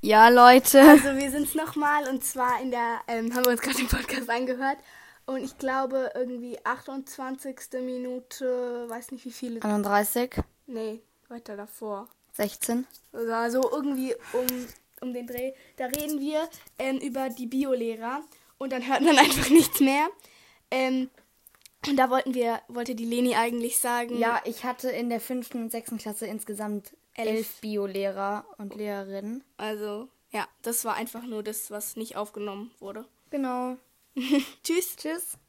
Ja, Leute. Also wir sind's nochmal und zwar in der, ähm, haben wir uns gerade den Podcast angehört und ich glaube irgendwie 28. Minute, weiß nicht wie viele, 31, nee, weiter davor. 16. Also irgendwie um, um den Dreh, da reden wir ähm, über die Biolehrer und dann hört man einfach nichts mehr. Ähm, und da wollten wir, wollte die Leni eigentlich sagen, Ja, ich hatte in der fünften und sechsten Klasse insgesamt Elf. elf Biolehrer und Lehrerinnen. also ja, das war einfach nur das, was nicht aufgenommen wurde. Genau. Tschüss. Tschüss.